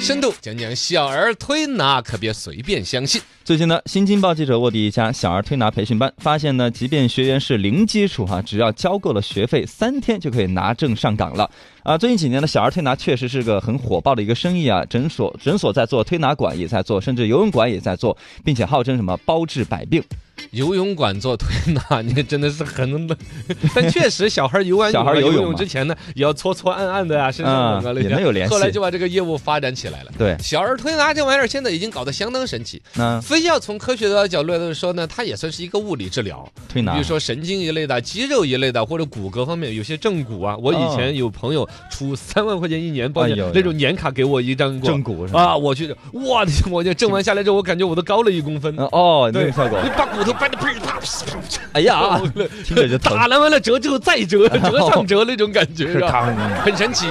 深度讲讲小儿推拿，可别随便相信。最近呢，新京报记者卧底一家小儿推拿培训班，发现呢，即便学员是零基础哈、只要交够了学费，三天就可以拿证上岗了。啊，最近几年呢，小儿推拿确实是个很火爆的一个生意啊，诊所诊所在做，推拿馆也在做，甚至游泳馆也在做，并且号称什么包治百病。游泳馆做推拿，你真的是很 冷，但确实小孩游完小泳孩啊、游游泳泳嘛之前呢，也要搓搓按按的啊，身上冷啊嗯类的也能有联系后来就把这个业务发展起来了。对，小儿推拿这玩意儿现在已经搞得相当神奇，那非要从科学的角度说呢，它也算是一个物理治疗。推拿比如说神经一类的、肌肉一类的，或者骨骼方面，有些正骨啊，我以前有朋友出三万块钱一年保哎险呦呦，那种年卡给我一张过正骨是吧？啊，我去，哇，我就正完下来之后，我感觉我都高了一公分。嗯哦，那对个效果你。把骨头掰的噼里啪啦，噼里啪啦哎呀，听着 就疼。打了完了折之后再折，折上折那种感觉，是吧？很神奇，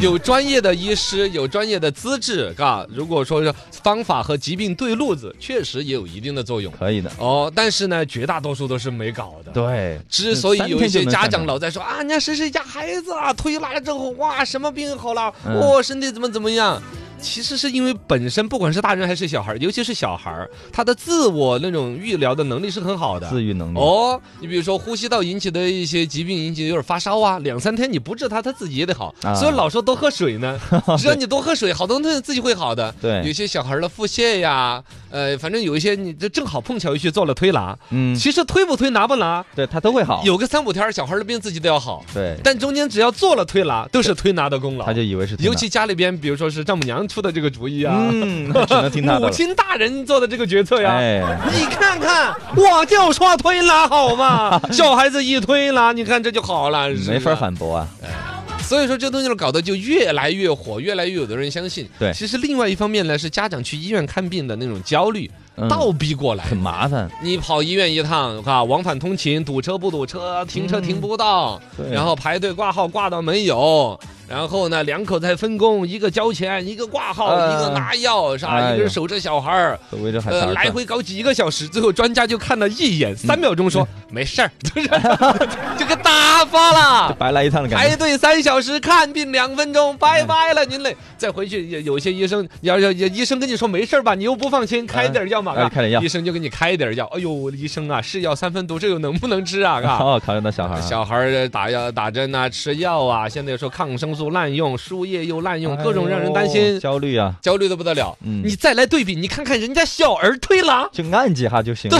有专业的医师，有专业的资质，嘎。如果说是方法和疾病对路子，确实也有一定的作用。可以的，哦，但是呢，绝大多数都是没搞的。对。之所以有一些家三天长就能老在说啊，人家谁谁家孩子啊，推拿了之后，哇，什么病好了，嗯哦，身体怎么怎么样。其实是因为本身不管是大人还是小孩儿，尤其是小孩儿，他的自我那种预疗的能力是很好的。自愈能力。哦，你比如说呼吸道引起的一些疾病，引起有点发烧啊，两三天你不治它，它自己也得好。啊所以老说多喝水 呢，只要你多喝水，好多东西自己会好的。对有些小孩儿的腹泻呀，呃，反正有一些你这正好碰巧又去做了推拿，嗯，其实推不推拿不拿，对他都会好。有个三五天儿，小孩儿的病自己都要好。对，但中间只要做了推拿，都是推拿的功劳他。就以为是推拿。尤其家里边，比如说是丈母娘出的这个主意啊，嗯，那只能听他的母 了。亲大人做的这个决策呀。哎，你看看，我就说推拿好 嘛，小孩子一推拿，你看这就好了，是不是没法。反驳啊。所以说这东西搞得就越来越火，越来越有的人相信。对其实另外一方面呢，是家长去医院看病的那种焦虑嗯倒逼过来。很麻烦，你跑医院一趟，哈，往返通勤，堵车不堵车，停嗯车停不到，对然后排队挂号挂到没有，然后呢，两口子还分工，一个交钱，一个挂号，呃一个拿药，啥，哎呦一个人守着小孩儿。都围着孩子呃，转来回搞几个小时，最后专家就看了一眼，嗯三秒钟说、没事儿， 就是这个打发了。白来一趟的感排觉。嗯队三小时，看病两分钟，拜拜了您嘞。再回去，有有些医生，要要要医生跟你说没事儿吧，你又不放心，开点儿药嘛，哎嘎开点药医生就给你开点儿药。哎呦，我的医生啊，是药三分毒，这又能不能吃啊？ 嘎。哦，考虑到小孩儿啊，小孩儿打药、打针啊，吃药啊，现在又说抗生素滥用，输液又滥用，各种让人担哎心呦、焦虑啊，焦虑的不得了。嗯你再来对比，你看看人家小儿推拿，就按几下就行。对，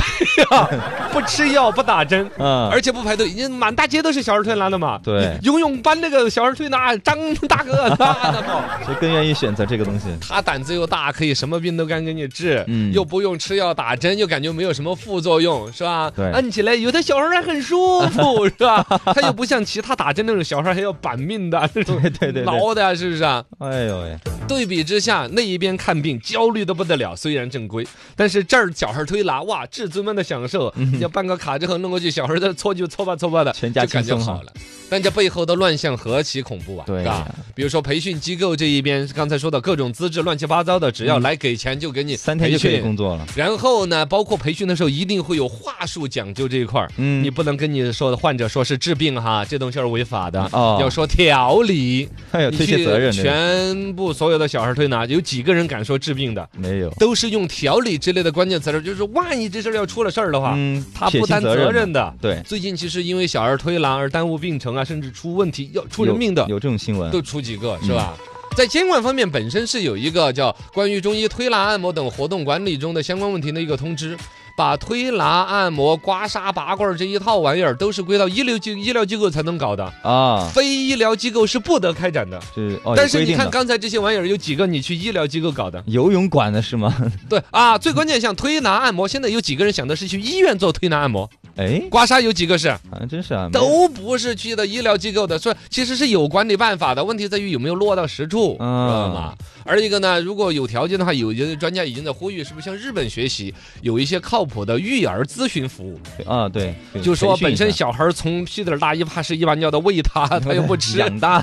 不吃药不打针，嗯，而且不排队，人家满大街都是小儿推拿的嘛。对游泳班那个小儿推拿，张大哥，他的嘛就更愿意选择这个东西。他胆子又大，可以什么病都敢给你治，嗯又不用吃药打针，又感觉没有什么副作用，是吧？对按起来有的小孩还很舒 服，是吧？他又不像其他打针那种小孩还要板命的那种对对对对，挠的啊，是不是啊？哎呦喂，对比之下，那一边看病焦虑的不得了，虽然正规，但是这儿小孩推拿，哇，至尊般的享受，要办个卡之后弄过去，小孩在搓就搓吧搓吧的，嗯全家就感觉轻松哈好了。但这背后的乱象何其恐怖啊！对是呀吧？比如说培训机构这一边，刚才说的各种资质乱七八糟的，只要嗯来给钱就给你三天就可以培训工作了。然后呢，包括培训的时候一定会有话术讲究这一块儿。嗯你不能跟你说的患者说是治病哈，这东西是违法的，哦要说条理。还有你哎推卸去责任的，全部所有的小孩推拿，有几个人敢说治病的？没有。都是用条理之类的关键词儿，就是万一这事儿要出了事儿的话，嗯，他撇不清担责责任任嘛。的。对，最近其实因为小儿推拿而耽误病程啊，甚至出问题要出人命的有有嗯这种新闻。都出几个，是吧？在监管方面，本身是有一个叫《关于中医推拿、按摩等活动管理中的相关问题》的一个通知，把推拿、按摩、刮痧、拔罐儿这一套玩意儿都是归到医疗机医疗机构才能搞的，啊，非医疗机构是不得开展的。是哦，但有是规你定看的刚才这些玩意儿，有几个你去医疗机构搞的？游泳馆的是吗？ 对啊，最关键像推拿按摩，现在有几个人想的是去医院做推拿按摩？哎，刮痧有几个是？好像真是啊，没都不是去的医疗机构的，所以其实是有管理办法的，问题在于有没有落到实处，知嗯道吗？而一个呢，如果有条件的话，有一些专家已经在呼吁，是不是向日本学习，有一些靠谱的育儿咨询服务？啊，对，对就说培训一本身下小孩儿从屁点儿大一怕屎一把尿的喂 他，他又不吃，养 大，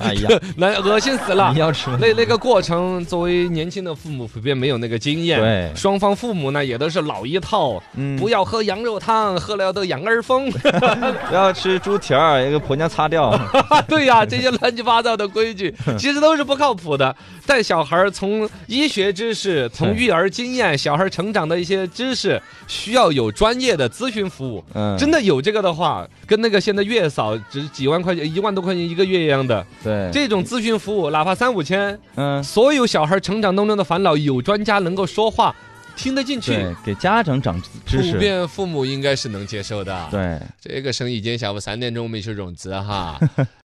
哎呀，那恶心死了你。要吃吗？那那个过程，作为年轻的父母普遍没有那个经验，对双方父母呢也都是老一套，嗯，不要喝羊肉汤，喝了都养儿疯。 不要吃猪蹄儿，要给婆娘擦掉。啊对呀、这些乱七八糟的规矩其实都是不靠谱的。带小孩儿从医学知识、从育儿经验、小孩儿成长的一些知识，需要有专业的咨询服务。嗯，真的的有这个的话，跟那个现在月嫂只几万块钱、一万多块钱一个月一样的对，这种咨询服务，哪怕三五千，嗯，所有小孩成长当中的烦恼，有专家能够说话，听得进去对，，给家长长知普识。遍父母应该是能接受的。对，这个生意今天下午三点钟我们去融资哈，